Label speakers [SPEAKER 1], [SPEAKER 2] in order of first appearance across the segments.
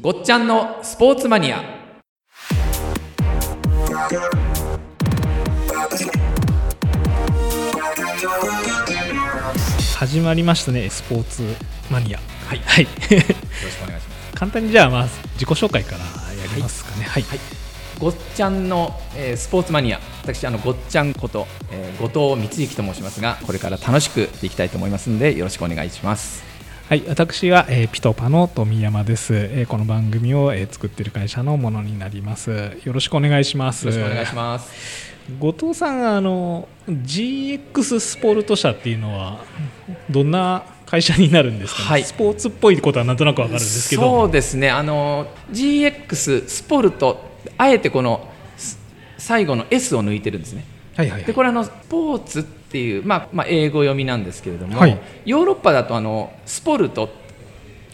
[SPEAKER 1] ごっちゃんのスポーツマニア
[SPEAKER 2] 始まりましたねスポーツマニアはい、
[SPEAKER 1] ろしくお願いします
[SPEAKER 2] 簡単にじゃあまあ自己紹介からやりますかねはい、
[SPEAKER 1] ごっちゃんの、えースポーツマニア私あのごっちゃんこと、えー後藤光之と申しますがこれから楽しくやっていきたいと思いますのでよろしくお願いします
[SPEAKER 2] はい、私は、えーピトパの富山です、えーこの番組を、えー作ってる会社のものになりますよろしくお願いします
[SPEAKER 1] よろしくお願いします
[SPEAKER 2] 後藤さんあの GX スポルト社っていうのはどんな会社になるんですか、ね
[SPEAKER 1] はい
[SPEAKER 2] スポーツっぽいことはなんとなくわかるんですけど
[SPEAKER 1] そうですねあの GX スポルトあえてこのす最後の S を抜いてるんですね
[SPEAKER 2] はいはい、は
[SPEAKER 1] で
[SPEAKER 2] い、
[SPEAKER 1] これあのスポーツっていう、まあ、まあ英語読みなんですけれども、
[SPEAKER 2] はい
[SPEAKER 1] ヨーロッパだとあのスポルト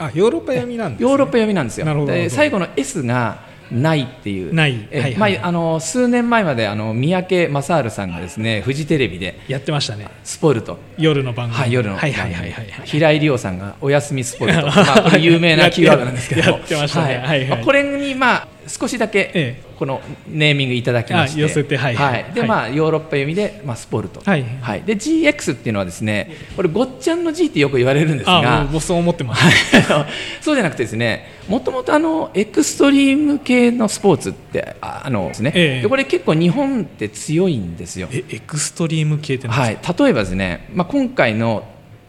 [SPEAKER 2] あヨーロッパ読みなんです、ね、
[SPEAKER 1] ヨーロッパ読みなんですよ
[SPEAKER 2] なるほど
[SPEAKER 1] で最後の S がないっていう
[SPEAKER 2] ない
[SPEAKER 1] え
[SPEAKER 2] はいはい
[SPEAKER 1] まあ、あの数年前まであの三宅正治さんがですねフジテレビで
[SPEAKER 2] やってましたね
[SPEAKER 1] スポルト
[SPEAKER 2] 夜の番組、
[SPEAKER 1] はい、夜の、
[SPEAKER 2] はいはいはいはいはい
[SPEAKER 1] 平井理央さんが「お休みスポル ト」まあ、これ有名なキーワードなんですけども
[SPEAKER 2] やってましたねはいはい
[SPEAKER 1] まあこれにまあ少しだけ、
[SPEAKER 2] ええ
[SPEAKER 1] このネーミングいただきまして
[SPEAKER 2] あ寄せてはい
[SPEAKER 1] で
[SPEAKER 2] はい
[SPEAKER 1] まあヨーロッパ読みで、まあ、スポルト、
[SPEAKER 2] はい
[SPEAKER 1] で GX っていうのはですねこれごっちゃんの G ってよく言われるんです
[SPEAKER 2] あ
[SPEAKER 1] が
[SPEAKER 2] もうそう思ってます、
[SPEAKER 1] あの そうじゃなくてですねもともとあのエクストリーム系のスポーツってああのですね、
[SPEAKER 2] ええ
[SPEAKER 1] でこれ結構日本って強いんですよ。
[SPEAKER 2] えエクストリーム系って何ですか
[SPEAKER 1] はい、例えばですね、まあ、今回の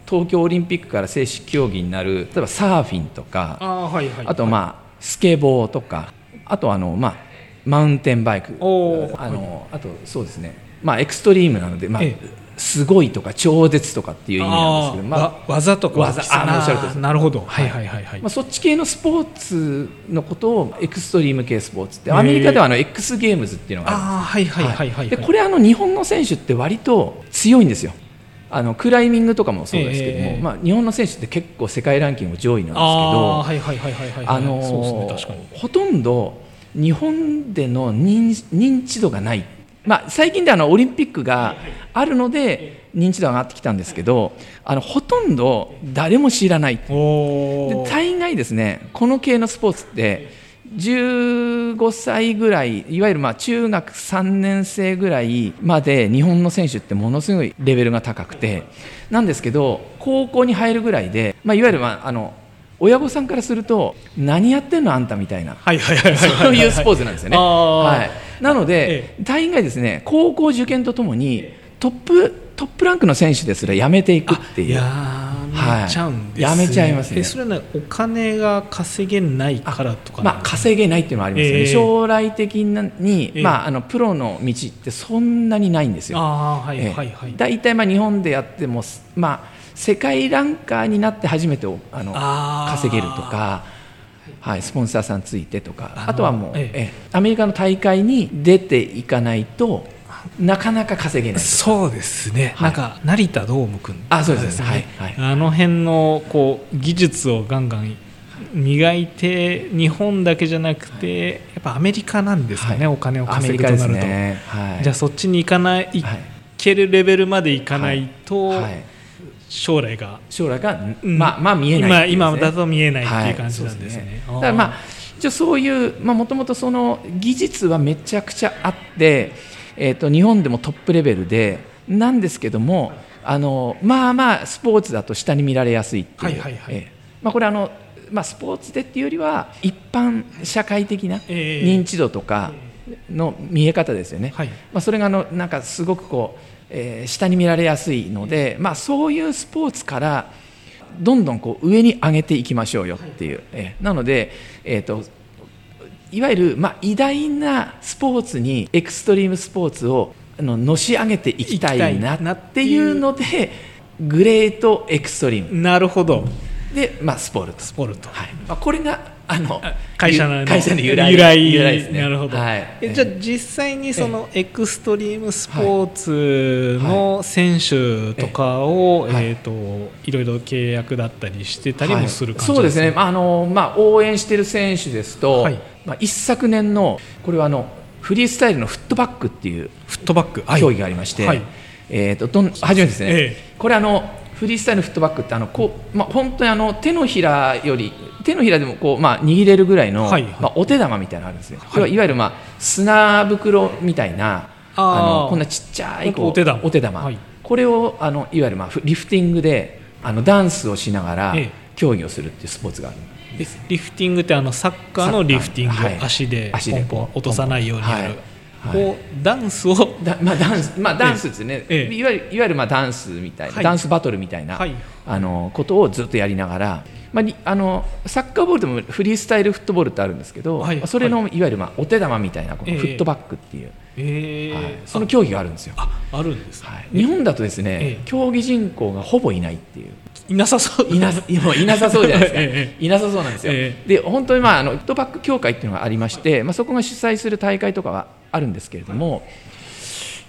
[SPEAKER 1] 東京オリンピックから正式競技になる例えばサーフィンとかあ,、
[SPEAKER 2] あーはいはい
[SPEAKER 1] とまあスケボーとかあとあの、まあ、マウンテンバイク
[SPEAKER 2] おー
[SPEAKER 1] あのあとそうですね、まあ、エクストリームなので、まあ
[SPEAKER 2] え
[SPEAKER 1] すごいとか超絶とかっていう意味なんですけどまあ
[SPEAKER 2] わ技とか
[SPEAKER 1] 技あーおっしゃるとおりです
[SPEAKER 2] なるほどはいはいはいはい、
[SPEAKER 1] まあ、そっち系のスポーツのことをエクストリーム系スポーツってアメリカではあの X ゲームズっていうのがあるんですけど
[SPEAKER 2] ああはいはいはいはい
[SPEAKER 1] でこれあの日本の選手って割と強いんですよあのクライミングとかもそうですけども、
[SPEAKER 2] ええ
[SPEAKER 1] まあ、日本の選手って結構世界ランキング上位なんですけど
[SPEAKER 2] あーはいはいはいはいはいはい
[SPEAKER 1] あのー
[SPEAKER 2] そうですね確かに
[SPEAKER 1] ほとんど日本での認認知度がない、まあ、最近であのオリンピックがあるので認知度が上がってきたんですけどあのほとんど誰も知らない
[SPEAKER 2] お
[SPEAKER 1] で
[SPEAKER 2] お
[SPEAKER 1] 大概ですねこの系のスポーツって15歳ぐらいいわゆるまあ中学3年生ぐらいまで日本の選手ってものすごいレベルが高くてなんですけど高校に入るぐらいで、まあ、いわゆるまああの親御さんからすると何やってんのあんたみたいな
[SPEAKER 2] はいはいはいはい
[SPEAKER 1] そういうスポー
[SPEAKER 2] ツ
[SPEAKER 1] ツなんですよね。
[SPEAKER 2] あー
[SPEAKER 1] はい、なので、
[SPEAKER 2] え
[SPEAKER 1] 大概ですね高校受験とともにトップトップランクの選手ですらやめていくっていう。
[SPEAKER 2] やめちゃうんです、ね
[SPEAKER 1] はいやめちゃいますね
[SPEAKER 2] えそれはねお金が稼げないからとか
[SPEAKER 1] まあ、稼げないっていうのはありますよね、
[SPEAKER 2] ええ
[SPEAKER 1] 将来的に、
[SPEAKER 2] ええ
[SPEAKER 1] まあ、あのプロの道ってそんなにないんですよ。
[SPEAKER 2] あーはい
[SPEAKER 1] ええ
[SPEAKER 2] はいはい、
[SPEAKER 1] 大体、まあ、日本でやっても、まあ、世界ランカーになって初めておあの
[SPEAKER 2] あー
[SPEAKER 1] 稼げるとか、はい、スポンサーさんついてとか
[SPEAKER 2] あ、の
[SPEAKER 1] あとはもう、
[SPEAKER 2] ええ
[SPEAKER 1] ええアメリカの大会に出ていかないとなかなか稼げない。
[SPEAKER 2] そうですね、
[SPEAKER 1] はい
[SPEAKER 2] なんか成田ドーム君
[SPEAKER 1] あそうです
[SPEAKER 2] よ
[SPEAKER 1] はいはい
[SPEAKER 2] あの辺のこう技術をガンガン磨いて日本だけじゃなくてやっぱアメリカなんですかね、
[SPEAKER 1] は
[SPEAKER 2] お金を
[SPEAKER 1] アメ
[SPEAKER 2] 稼
[SPEAKER 1] リ
[SPEAKER 2] ぐ
[SPEAKER 1] カ
[SPEAKER 2] と
[SPEAKER 1] で
[SPEAKER 2] な
[SPEAKER 1] す
[SPEAKER 2] ると、
[SPEAKER 1] ね、はい、
[SPEAKER 2] じゃあそっちに行かない、行
[SPEAKER 1] はい
[SPEAKER 2] けるレベルまで行かないと、
[SPEAKER 1] はい、
[SPEAKER 2] 将来が、
[SPEAKER 1] 将来が、
[SPEAKER 2] うん
[SPEAKER 1] まあ、まあ見えないっていうですね
[SPEAKER 2] 今今だと見えないっていう感じなんですね,、
[SPEAKER 1] はいそうだからまあ
[SPEAKER 2] あ
[SPEAKER 1] 一応そういうもともとその技術はめちゃくちゃあって、えー、と日本でもトップレベルでなんですけどもあのまあまあスポーツだと下に見られやすいっていう、
[SPEAKER 2] はいはいはい
[SPEAKER 1] ええまあ、これあの、まあ、スポーツでっていうよりは一般社会的な
[SPEAKER 2] ええ
[SPEAKER 1] 認知度とかの見え方ですよね。
[SPEAKER 2] はい
[SPEAKER 1] まあ、それがあのなんかすごくこう、えー下に見られやすいので、まあ、そういうスポーツからどんどんこう上に上げていきましょうよっていう、えーなので、えー、といわゆる、まあ、偉大なスポーツにエクストリームスポーツをあののし上げていきたいなっていうのでグレートエクストリーム
[SPEAKER 2] なるほど
[SPEAKER 1] で、まあ、スポルト
[SPEAKER 2] ス、ポルト、
[SPEAKER 1] はいまあ、これがあの
[SPEAKER 2] 会社の
[SPEAKER 1] 会社の由来
[SPEAKER 2] 由来
[SPEAKER 1] 由来ですね。
[SPEAKER 2] なるほど、
[SPEAKER 1] はい、
[SPEAKER 2] えじゃあ実際にそのエクストリームスポーツ
[SPEAKER 1] はい
[SPEAKER 2] の選手とかを、
[SPEAKER 1] ええはい
[SPEAKER 2] えー、といろいろ契約だったりしてたりもする感じ
[SPEAKER 1] そうですね、まああのまあ、応援している選手ですと、
[SPEAKER 2] はい
[SPEAKER 1] まあ、一昨年のこれはあのフリースタイルのフットバックっていう
[SPEAKER 2] フットバック、はい
[SPEAKER 1] 競技がありまして、
[SPEAKER 2] はい
[SPEAKER 1] えー、とどん初めてですね、
[SPEAKER 2] ええ
[SPEAKER 1] これあのフリースタイルのフットバックってあのこう、まあ、本当にあの手のひらより手のひらでもこう、まあ、握れるぐらいの、
[SPEAKER 2] はいはい
[SPEAKER 1] まあ、お手玉みたいなのあるんですね、
[SPEAKER 2] い
[SPEAKER 1] これはいわゆる、まあ、砂袋みたいな
[SPEAKER 2] あー
[SPEAKER 1] あのこんなちっちゃいこう
[SPEAKER 2] お手玉はい
[SPEAKER 1] これをあのいわゆる、まあ、フリフティングであのダンスをしながら
[SPEAKER 2] ええ
[SPEAKER 1] 競技をするっていうスポーツがある
[SPEAKER 2] でリフティングってあのサッカーのリフティング、
[SPEAKER 1] サッカーはい
[SPEAKER 2] 足で
[SPEAKER 1] 足
[SPEAKER 2] ポ
[SPEAKER 1] で
[SPEAKER 2] ンポン落とさないようにやる、
[SPEAKER 1] はいはい
[SPEAKER 2] こうダンスを
[SPEAKER 1] だまあ、ダンス、まあ、ダンスですね、
[SPEAKER 2] ええ
[SPEAKER 1] いわゆるいわゆるまあダンスみたいな、
[SPEAKER 2] はい
[SPEAKER 1] ダンスバトルみたいな、
[SPEAKER 2] はい
[SPEAKER 1] あのことをずっとやりながら、まあ、にあのサッカーボールでもフリースタイルフットボールってあるんですけど、
[SPEAKER 2] はい
[SPEAKER 1] それの、い、わゆるまあお手玉みたいなこ
[SPEAKER 2] ええ
[SPEAKER 1] のフットバックっていう、
[SPEAKER 2] えー
[SPEAKER 1] はいその競技があるんですよ。
[SPEAKER 2] ああるんです、
[SPEAKER 1] はい、日本だとですね、
[SPEAKER 2] ええ
[SPEAKER 1] 競技人口がほぼいないっていう。
[SPEAKER 2] いなさそう
[SPEAKER 1] いなさもういなさそうじゃないですか、
[SPEAKER 2] え
[SPEAKER 1] いなさそうなんですよ、
[SPEAKER 2] え
[SPEAKER 1] で本当に、まあ、あのフットバック協会っていうのがありまして、まあ、そこが主催する大会とかはあるんですけれども、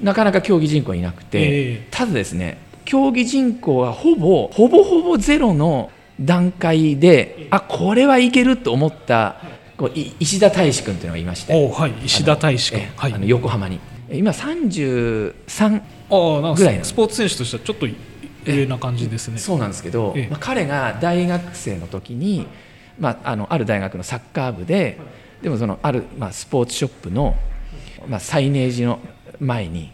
[SPEAKER 1] なかなか競技人口いなくて、
[SPEAKER 2] ええ
[SPEAKER 1] ただですね競技人口はほぼほぼほぼゼロの段階であこれはいけると思ったこうい石田大志君というのがいまして
[SPEAKER 2] おうはい石田大志君
[SPEAKER 1] ええ
[SPEAKER 2] はい
[SPEAKER 1] あの横浜にえ今33
[SPEAKER 2] ああなんか
[SPEAKER 1] ぐらいの
[SPEAKER 2] スポーツ選手としてはちょっと上な感じですね
[SPEAKER 1] そうなんですけど、
[SPEAKER 2] ええ
[SPEAKER 1] まあ、彼が大学生の時に、まあ、あのある大学のサッカー部ででもそのある、まあ、スポーツショップの、まあ、サイネージの前に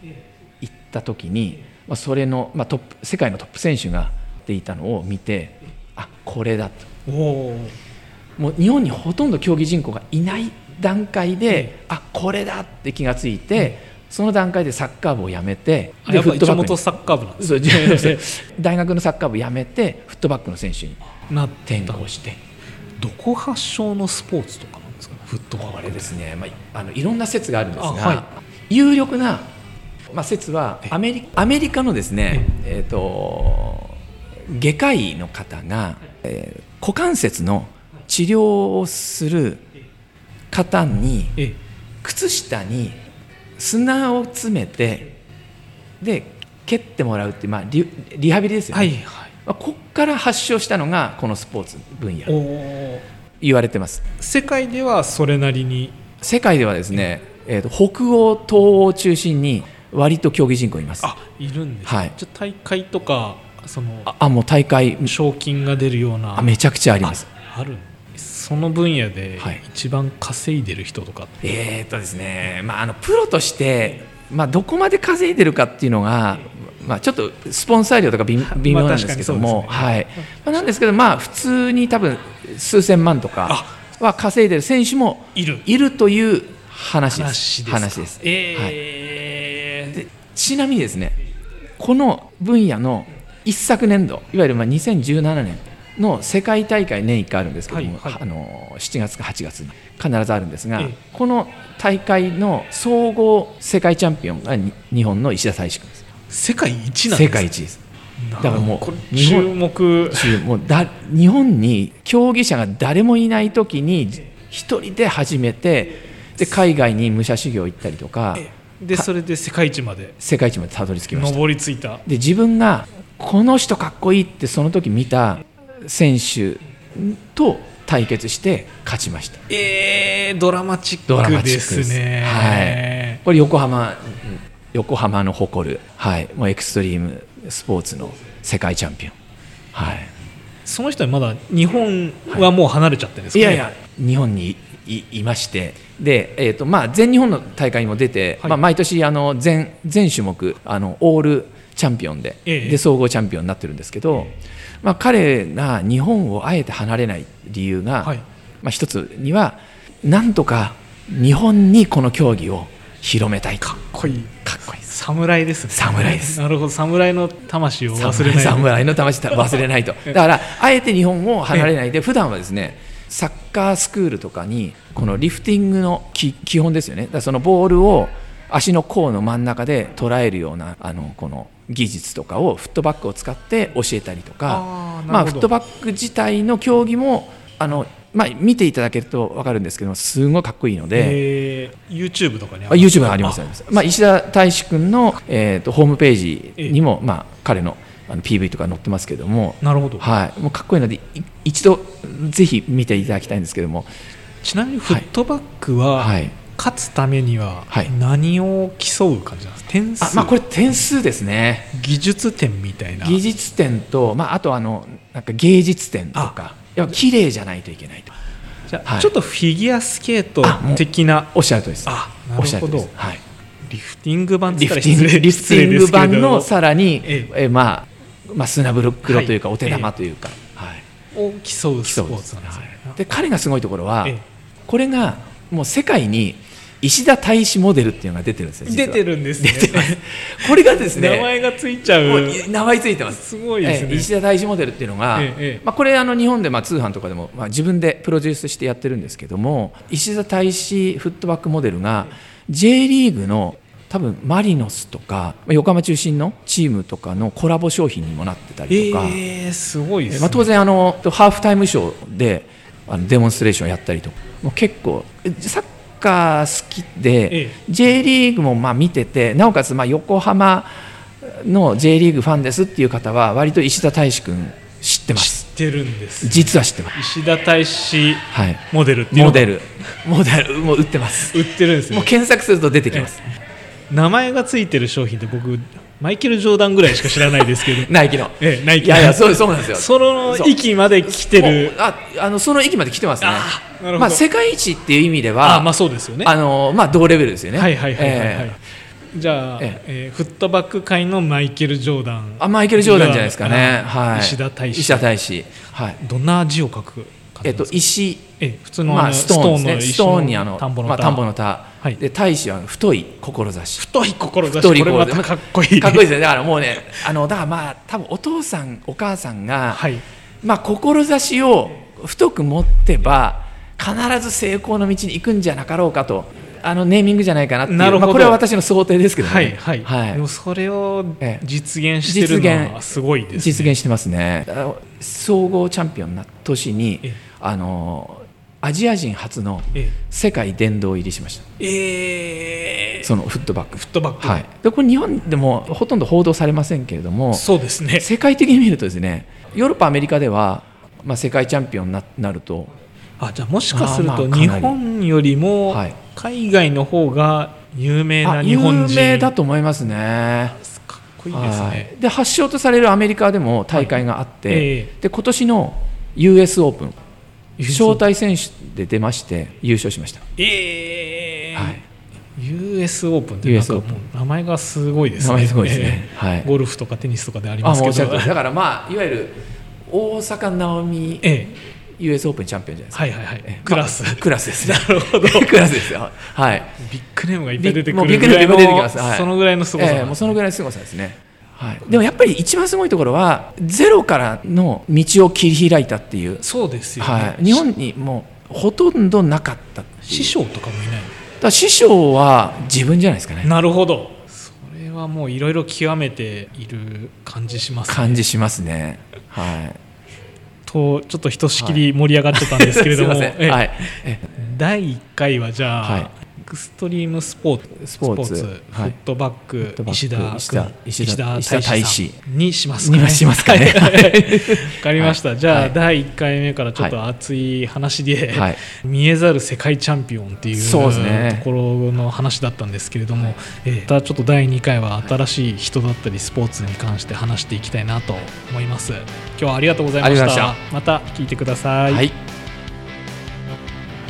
[SPEAKER 1] 行った時に、まあ、それの、まあ、トップ世界のトップ選手が出いたのを見てあこれだと
[SPEAKER 2] おおー
[SPEAKER 1] もう日本にほとんど競技人口がいない段階で、
[SPEAKER 2] え
[SPEAKER 1] あこれだって気がついて、その段階でサッカー部をやめて
[SPEAKER 2] あやっぱ一
[SPEAKER 1] に
[SPEAKER 2] 元サッカー部なんです
[SPEAKER 1] そ
[SPEAKER 2] ね
[SPEAKER 1] う
[SPEAKER 2] え
[SPEAKER 1] 大学のサッカー部辞めてフットバックの選手に
[SPEAKER 2] え な
[SPEAKER 1] 転向して
[SPEAKER 2] どこ発祥のスポーツとかなんですかねフットボール
[SPEAKER 1] これですね、まあ、あのいろんな説があるんですが、
[SPEAKER 2] あは
[SPEAKER 1] 有力な、まあ、説はアメリアメリカのですね、えー、と外科医の方が、えー股関節の治療をする方に
[SPEAKER 2] ええ
[SPEAKER 1] 靴下に砂を詰めてで蹴ってもらうっていう、まあ、リリハビリですよね。
[SPEAKER 2] はいはい
[SPEAKER 1] まあ、ここから発祥したのがこのスポーツ分
[SPEAKER 2] お
[SPEAKER 1] 野
[SPEAKER 2] お
[SPEAKER 1] 言われてます
[SPEAKER 2] 世界ではそれなりに
[SPEAKER 1] 世界ではですね、えー、と北欧東欧を中心に割と競技人口います
[SPEAKER 2] あいるんですね、
[SPEAKER 1] はい
[SPEAKER 2] じゃあ大会とかその
[SPEAKER 1] ああもう大会
[SPEAKER 2] 賞金が出るような
[SPEAKER 1] あめちゃくちゃあります
[SPEAKER 2] あるその分野で
[SPEAKER 1] はい
[SPEAKER 2] 一番稼いでる人とか、
[SPEAKER 1] えー、とですね、まあ、あのプロとして、まあ、どこまで稼いでるかっていうのが、まあ、ちょっとスポンサー料とか微微妙なんですけども、
[SPEAKER 2] まあ確
[SPEAKER 1] はいまあ、なんですけど、まあ、普通に多分数千万とかは稼いでる選手も
[SPEAKER 2] いる
[SPEAKER 1] いるという話です。
[SPEAKER 2] 話ですか
[SPEAKER 1] はい
[SPEAKER 2] えー
[SPEAKER 1] でちなみにですねこの分野の一昨年度いわゆるまあ2017年の世界大会年1回あるんですけども、
[SPEAKER 2] はいはい
[SPEAKER 1] あの7月か8月に必ずあるんですが、
[SPEAKER 2] ええ
[SPEAKER 1] この大会の総合世界チャンピオンがに日本の石田大志君です
[SPEAKER 2] 世界一なんです
[SPEAKER 1] 世界一です
[SPEAKER 2] だ
[SPEAKER 1] からもう
[SPEAKER 2] これ
[SPEAKER 1] 日
[SPEAKER 2] 注
[SPEAKER 1] 本
[SPEAKER 2] 目
[SPEAKER 1] 中もうだ日本に競技者が誰もいない時に一人で始めてで海外に武者修行行ったりとか
[SPEAKER 2] で
[SPEAKER 1] か
[SPEAKER 2] それで世界一まで
[SPEAKER 1] 世界一までたどり着きました
[SPEAKER 2] 上りついた
[SPEAKER 1] で自分がこの人かっこいいってその時見た選手と対決して勝ちました
[SPEAKER 2] えー、ドラマチ
[SPEAKER 1] ドラ
[SPEAKER 2] ッ
[SPEAKER 1] マ
[SPEAKER 2] ク
[SPEAKER 1] チッ
[SPEAKER 2] で
[SPEAKER 1] クです
[SPEAKER 2] すね、
[SPEAKER 1] これ横浜横浜の誇る、はい、もうエクストリームスポーツの世界チャンピオン、はい、
[SPEAKER 2] その人はまだ日本はもう離れちゃってるんですか
[SPEAKER 1] いやい
[SPEAKER 2] ね、
[SPEAKER 1] や日本にいいましてで、えーとまあ、全日本の大会にも出て、
[SPEAKER 2] はい
[SPEAKER 1] まあ、毎年あの全全種目あのオールチャンピオンで,、
[SPEAKER 2] ええ
[SPEAKER 1] で総合チャンピオンになってるんですけど、まあ、彼が日本をあえて離れない理由が、
[SPEAKER 2] はい
[SPEAKER 1] まあ、一つにはなんとか日本にこの競技を広めたいか
[SPEAKER 2] かっこいい
[SPEAKER 1] かっこいいです
[SPEAKER 2] 侍ですね
[SPEAKER 1] 侍です
[SPEAKER 2] なるほど侍の魂を忘れない
[SPEAKER 1] 侍の魂 忘れないとだからあえて日本を離れないで普段はですねサッカースクールとかにこのリフティングのき基本ですよねだからそのボールを足の甲の真ん中で捉えるようなあのこの技術とかをフットバックを使って教えたりと
[SPEAKER 2] あ
[SPEAKER 1] か
[SPEAKER 2] ーなるほど
[SPEAKER 1] まあ、フットバック自体の競技もあの、まあ、見ていただけると分かるんですけどすごいかっこいいので。
[SPEAKER 2] えー、YouTube とかに
[SPEAKER 1] あ YouTube がありますあ
[SPEAKER 2] あ
[SPEAKER 1] りますまあ、石田大志君の、えー、とホームページにも、まあ、彼のあの PV とか載ってますけども、
[SPEAKER 2] なるほど
[SPEAKER 1] はい、もうかっこいいのでい一度ぜひ見ていただきたいんですけども、
[SPEAKER 2] ちなみにフットバックは、
[SPEAKER 1] はい
[SPEAKER 2] 勝つためには
[SPEAKER 1] はい
[SPEAKER 2] 何を競う感じなんですか点数
[SPEAKER 1] あまあ、これ点数ですね
[SPEAKER 2] 技術点みたいな
[SPEAKER 1] 技術点と、まあ、あとあのなんか芸術点とかやっぱ綺麗じゃないといけないと
[SPEAKER 2] じゃあ、
[SPEAKER 1] はい
[SPEAKER 2] ちょっとフィギュアスケート
[SPEAKER 1] あもう
[SPEAKER 2] 的な
[SPEAKER 1] おっしゃるとりです
[SPEAKER 2] あな
[SPEAKER 1] おっ
[SPEAKER 2] る
[SPEAKER 1] しゃる
[SPEAKER 2] ほ
[SPEAKER 1] とり
[SPEAKER 2] ど
[SPEAKER 1] です、はい、
[SPEAKER 2] リフティング版って
[SPEAKER 1] リ
[SPEAKER 2] 言った
[SPEAKER 1] フ
[SPEAKER 2] ら
[SPEAKER 1] ティン
[SPEAKER 2] 失
[SPEAKER 1] グ
[SPEAKER 2] 礼
[SPEAKER 1] リフティング版の
[SPEAKER 2] 失礼
[SPEAKER 1] さらに、
[SPEAKER 2] え
[SPEAKER 1] えまあ、まあ砂袋というか
[SPEAKER 2] はい
[SPEAKER 1] お手玉というか、はい
[SPEAKER 2] ですけどを競うス
[SPEAKER 1] 競
[SPEAKER 2] ポ
[SPEAKER 1] う
[SPEAKER 2] ー
[SPEAKER 1] です
[SPEAKER 2] ツなんですよね、
[SPEAKER 1] はいで彼がすごいところは、
[SPEAKER 2] ええ
[SPEAKER 1] これがもう世界に石田大使モデルっていうのが出てるんですよ実は
[SPEAKER 2] 出てるんですね
[SPEAKER 1] 出てますこれがですね
[SPEAKER 2] 名前がついちゃ
[SPEAKER 1] も
[SPEAKER 2] う
[SPEAKER 1] う名前ついてます
[SPEAKER 2] すごいですね
[SPEAKER 1] ええ石田大使モデルっていうのが、
[SPEAKER 2] ええええ
[SPEAKER 1] まあ、これあの日本でまあ通販とかでもまあ自分でプロデュースしてやってるんですけども石田大使フットワークモデルが J リーグの多分マリノスとかまあ横浜中心のチームとかのコラボ商品にもなってたりとか、
[SPEAKER 2] えー、すごいですね、
[SPEAKER 1] まあ、当然あのハーフタイムショーであのデモンストレーションやったりとかもう結構えサッカー好きで、
[SPEAKER 2] ええ
[SPEAKER 1] J リーグもまあ見ててなおかつまあ横浜の J リーグファンですっていう方は割と石田大志君知ってます
[SPEAKER 2] 知ってるんです
[SPEAKER 1] 実は知ってます、
[SPEAKER 2] 石田大使
[SPEAKER 1] はい、
[SPEAKER 2] モデルっていうの
[SPEAKER 1] モデルモデルもう売ってます
[SPEAKER 2] 売ってるんです
[SPEAKER 1] も
[SPEAKER 2] よ
[SPEAKER 1] う検索すると出てきます、
[SPEAKER 2] 名前がついてる商品って僕マイケル・ジョーダンぐらいしか知らないですけ ど
[SPEAKER 1] ナイキの、
[SPEAKER 2] ええナイキ
[SPEAKER 1] いやいやそうそうなんですよ
[SPEAKER 2] その域まで来て
[SPEAKER 1] も
[SPEAKER 2] る
[SPEAKER 1] うああのその域まで来てますね
[SPEAKER 2] あーなるほど
[SPEAKER 1] まあ、世界一っていう意味では
[SPEAKER 2] あまあそうですよね
[SPEAKER 1] あのまあ同レベルですよね。
[SPEAKER 2] はいはいはいはい、はい
[SPEAKER 1] え
[SPEAKER 2] じゃあ、
[SPEAKER 1] え
[SPEAKER 2] えーフットバック界のマイケル・ジョーダン
[SPEAKER 1] ーあマイケル・ジョーダンじゃないですかね。
[SPEAKER 2] あ
[SPEAKER 1] はい、
[SPEAKER 2] 石田大使
[SPEAKER 1] 石田大使。はい。
[SPEAKER 2] どんな字を書く感じ
[SPEAKER 1] え
[SPEAKER 2] な
[SPEAKER 1] っ
[SPEAKER 2] んで
[SPEAKER 1] と
[SPEAKER 2] すか、
[SPEAKER 1] 石
[SPEAKER 2] ええ普通の,、
[SPEAKER 1] まあ
[SPEAKER 2] ス
[SPEAKER 1] ス
[SPEAKER 2] ト
[SPEAKER 1] ト
[SPEAKER 2] ー
[SPEAKER 1] ー
[SPEAKER 2] ン
[SPEAKER 1] ン
[SPEAKER 2] の
[SPEAKER 1] ですね。ストーンにあの
[SPEAKER 2] 田んぼの,、
[SPEAKER 1] まあ田んぼの田。
[SPEAKER 2] はい
[SPEAKER 1] で大使は太い 志。
[SPEAKER 2] 太い志
[SPEAKER 1] 太い
[SPEAKER 2] これま
[SPEAKER 1] 志
[SPEAKER 2] たかっこいいね、
[SPEAKER 1] かっこいいですね。だからもうねあのだからまあ多分お父さんお母さんが、
[SPEAKER 2] はい
[SPEAKER 1] まあ志を太く持ってば必ず成功の道に行くんじゃなかろうかと。あのネーミングじゃないかなっていう
[SPEAKER 2] なるほど
[SPEAKER 1] まあ、これは私の想定ですけどね、
[SPEAKER 2] はいはい、
[SPEAKER 1] はい
[SPEAKER 2] でもそれを
[SPEAKER 1] ええ
[SPEAKER 2] 実現してるのはすごいですね
[SPEAKER 1] 実現してますねあの総合チャンピオンな年に
[SPEAKER 2] ええ
[SPEAKER 1] あのアジア人初の
[SPEAKER 2] え
[SPEAKER 1] 世界殿堂入りしまし
[SPEAKER 2] ええ
[SPEAKER 1] た
[SPEAKER 2] え
[SPEAKER 1] そのフットバック
[SPEAKER 2] フットバック、
[SPEAKER 1] はい、でこれ日本でもほとんど報道されませんけれども
[SPEAKER 2] そうですね
[SPEAKER 1] 世界的に見るとですねヨーロッパアメリカでは、まあ、世界チャンピオンにななると
[SPEAKER 2] あじゃあもしかする
[SPEAKER 1] あま
[SPEAKER 2] と
[SPEAKER 1] あかな
[SPEAKER 2] 日
[SPEAKER 1] り
[SPEAKER 2] 本よりも
[SPEAKER 1] はい
[SPEAKER 2] 海外の方が有名
[SPEAKER 1] あ
[SPEAKER 2] な日
[SPEAKER 1] 有
[SPEAKER 2] 本人
[SPEAKER 1] 名だと思いますね。
[SPEAKER 2] かっこいいです
[SPEAKER 1] はい
[SPEAKER 2] ね
[SPEAKER 1] で発祥とされるアメリカでも大会があって、
[SPEAKER 2] はいえ
[SPEAKER 1] で今年の US オープン
[SPEAKER 2] US
[SPEAKER 1] 招待選手で出まして優勝しました。
[SPEAKER 2] ええ
[SPEAKER 1] はい
[SPEAKER 2] US オープンってなん
[SPEAKER 1] US
[SPEAKER 2] かも
[SPEAKER 1] オー
[SPEAKER 2] う名前がすごいですね
[SPEAKER 1] 名前すごいですね
[SPEAKER 2] ええ
[SPEAKER 1] はい
[SPEAKER 2] ゴルフとかテニスとかであり
[SPEAKER 1] あ
[SPEAKER 2] ます
[SPEAKER 1] もうお
[SPEAKER 2] け
[SPEAKER 1] っしゃる
[SPEAKER 2] ど
[SPEAKER 1] 通りだからまあいわゆる大坂なおみ
[SPEAKER 2] ええ
[SPEAKER 1] US オープンチャンピオンじゃないですか、
[SPEAKER 2] はいはいはい、
[SPEAKER 1] ええ
[SPEAKER 2] クラス、
[SPEAKER 1] まあクラスですね
[SPEAKER 2] なるほど
[SPEAKER 1] クラスですよはい
[SPEAKER 2] ビッグネームがいっぱい出てく
[SPEAKER 1] もう
[SPEAKER 2] る
[SPEAKER 1] ビッグネ
[SPEAKER 2] ぐら
[SPEAKER 1] ー
[SPEAKER 2] い
[SPEAKER 1] ム
[SPEAKER 2] の
[SPEAKER 1] 出てきます、はい
[SPEAKER 2] そのぐらいの凄さなん
[SPEAKER 1] ええ
[SPEAKER 2] ですね
[SPEAKER 1] もうそのぐらいの凄さですね、はい、でもやっぱり一番すごいところはゼロからの道を切り開いたっていう、
[SPEAKER 2] そうですよね、
[SPEAKER 1] はい、日本にもうほとんどなかったっていう
[SPEAKER 2] 師匠とかもいない
[SPEAKER 1] だから師匠は自分じゃないですかね
[SPEAKER 2] なるほどそれはもういろいろ極めている感じしますね
[SPEAKER 1] 感じしますねはい
[SPEAKER 2] とちょっとひとしきり盛り上がってたんですけれども、
[SPEAKER 1] すいませ
[SPEAKER 2] ええ
[SPEAKER 1] んはいえ
[SPEAKER 2] 第1回はじゃあ、
[SPEAKER 1] はい
[SPEAKER 2] エクストリームスポーツ
[SPEAKER 1] スポーツ
[SPEAKER 2] フ
[SPEAKER 1] は
[SPEAKER 2] ッ
[SPEAKER 1] い
[SPEAKER 2] トバック,、
[SPEAKER 1] ットバック
[SPEAKER 2] 石田
[SPEAKER 1] 石田
[SPEAKER 2] 石
[SPEAKER 1] 石
[SPEAKER 2] 田
[SPEAKER 1] 田
[SPEAKER 2] 石
[SPEAKER 1] 石
[SPEAKER 2] 田大使
[SPEAKER 1] 田大
[SPEAKER 2] さんにしますかね
[SPEAKER 1] にしますかね
[SPEAKER 2] はいわかりました、じゃあ、
[SPEAKER 1] はい
[SPEAKER 2] 第1回目からちょっと
[SPEAKER 1] は
[SPEAKER 2] 熱い話で、
[SPEAKER 1] はい
[SPEAKER 2] 見えざる世界チャンピオンっていう
[SPEAKER 1] そうですね
[SPEAKER 2] ところの話だったんですけれども、ええまたちょっと第2回は新しい人だったりスポーツに関して話していきたいなと思います今日はありがとうございました
[SPEAKER 1] ありがとうござい
[SPEAKER 2] また聞いてください、
[SPEAKER 1] はい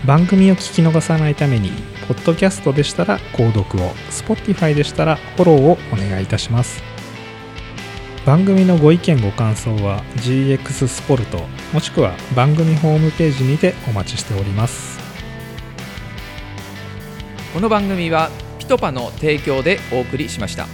[SPEAKER 2] 番組を聞き逃さないためにポッドキャストでしたら購読を Spotify でしたらフォローをお願いいたします番組のご意見ご感想は GX スポルトもしくは番組ホームページにてお待ちしております
[SPEAKER 1] この番組はピトパの提供でお送りしました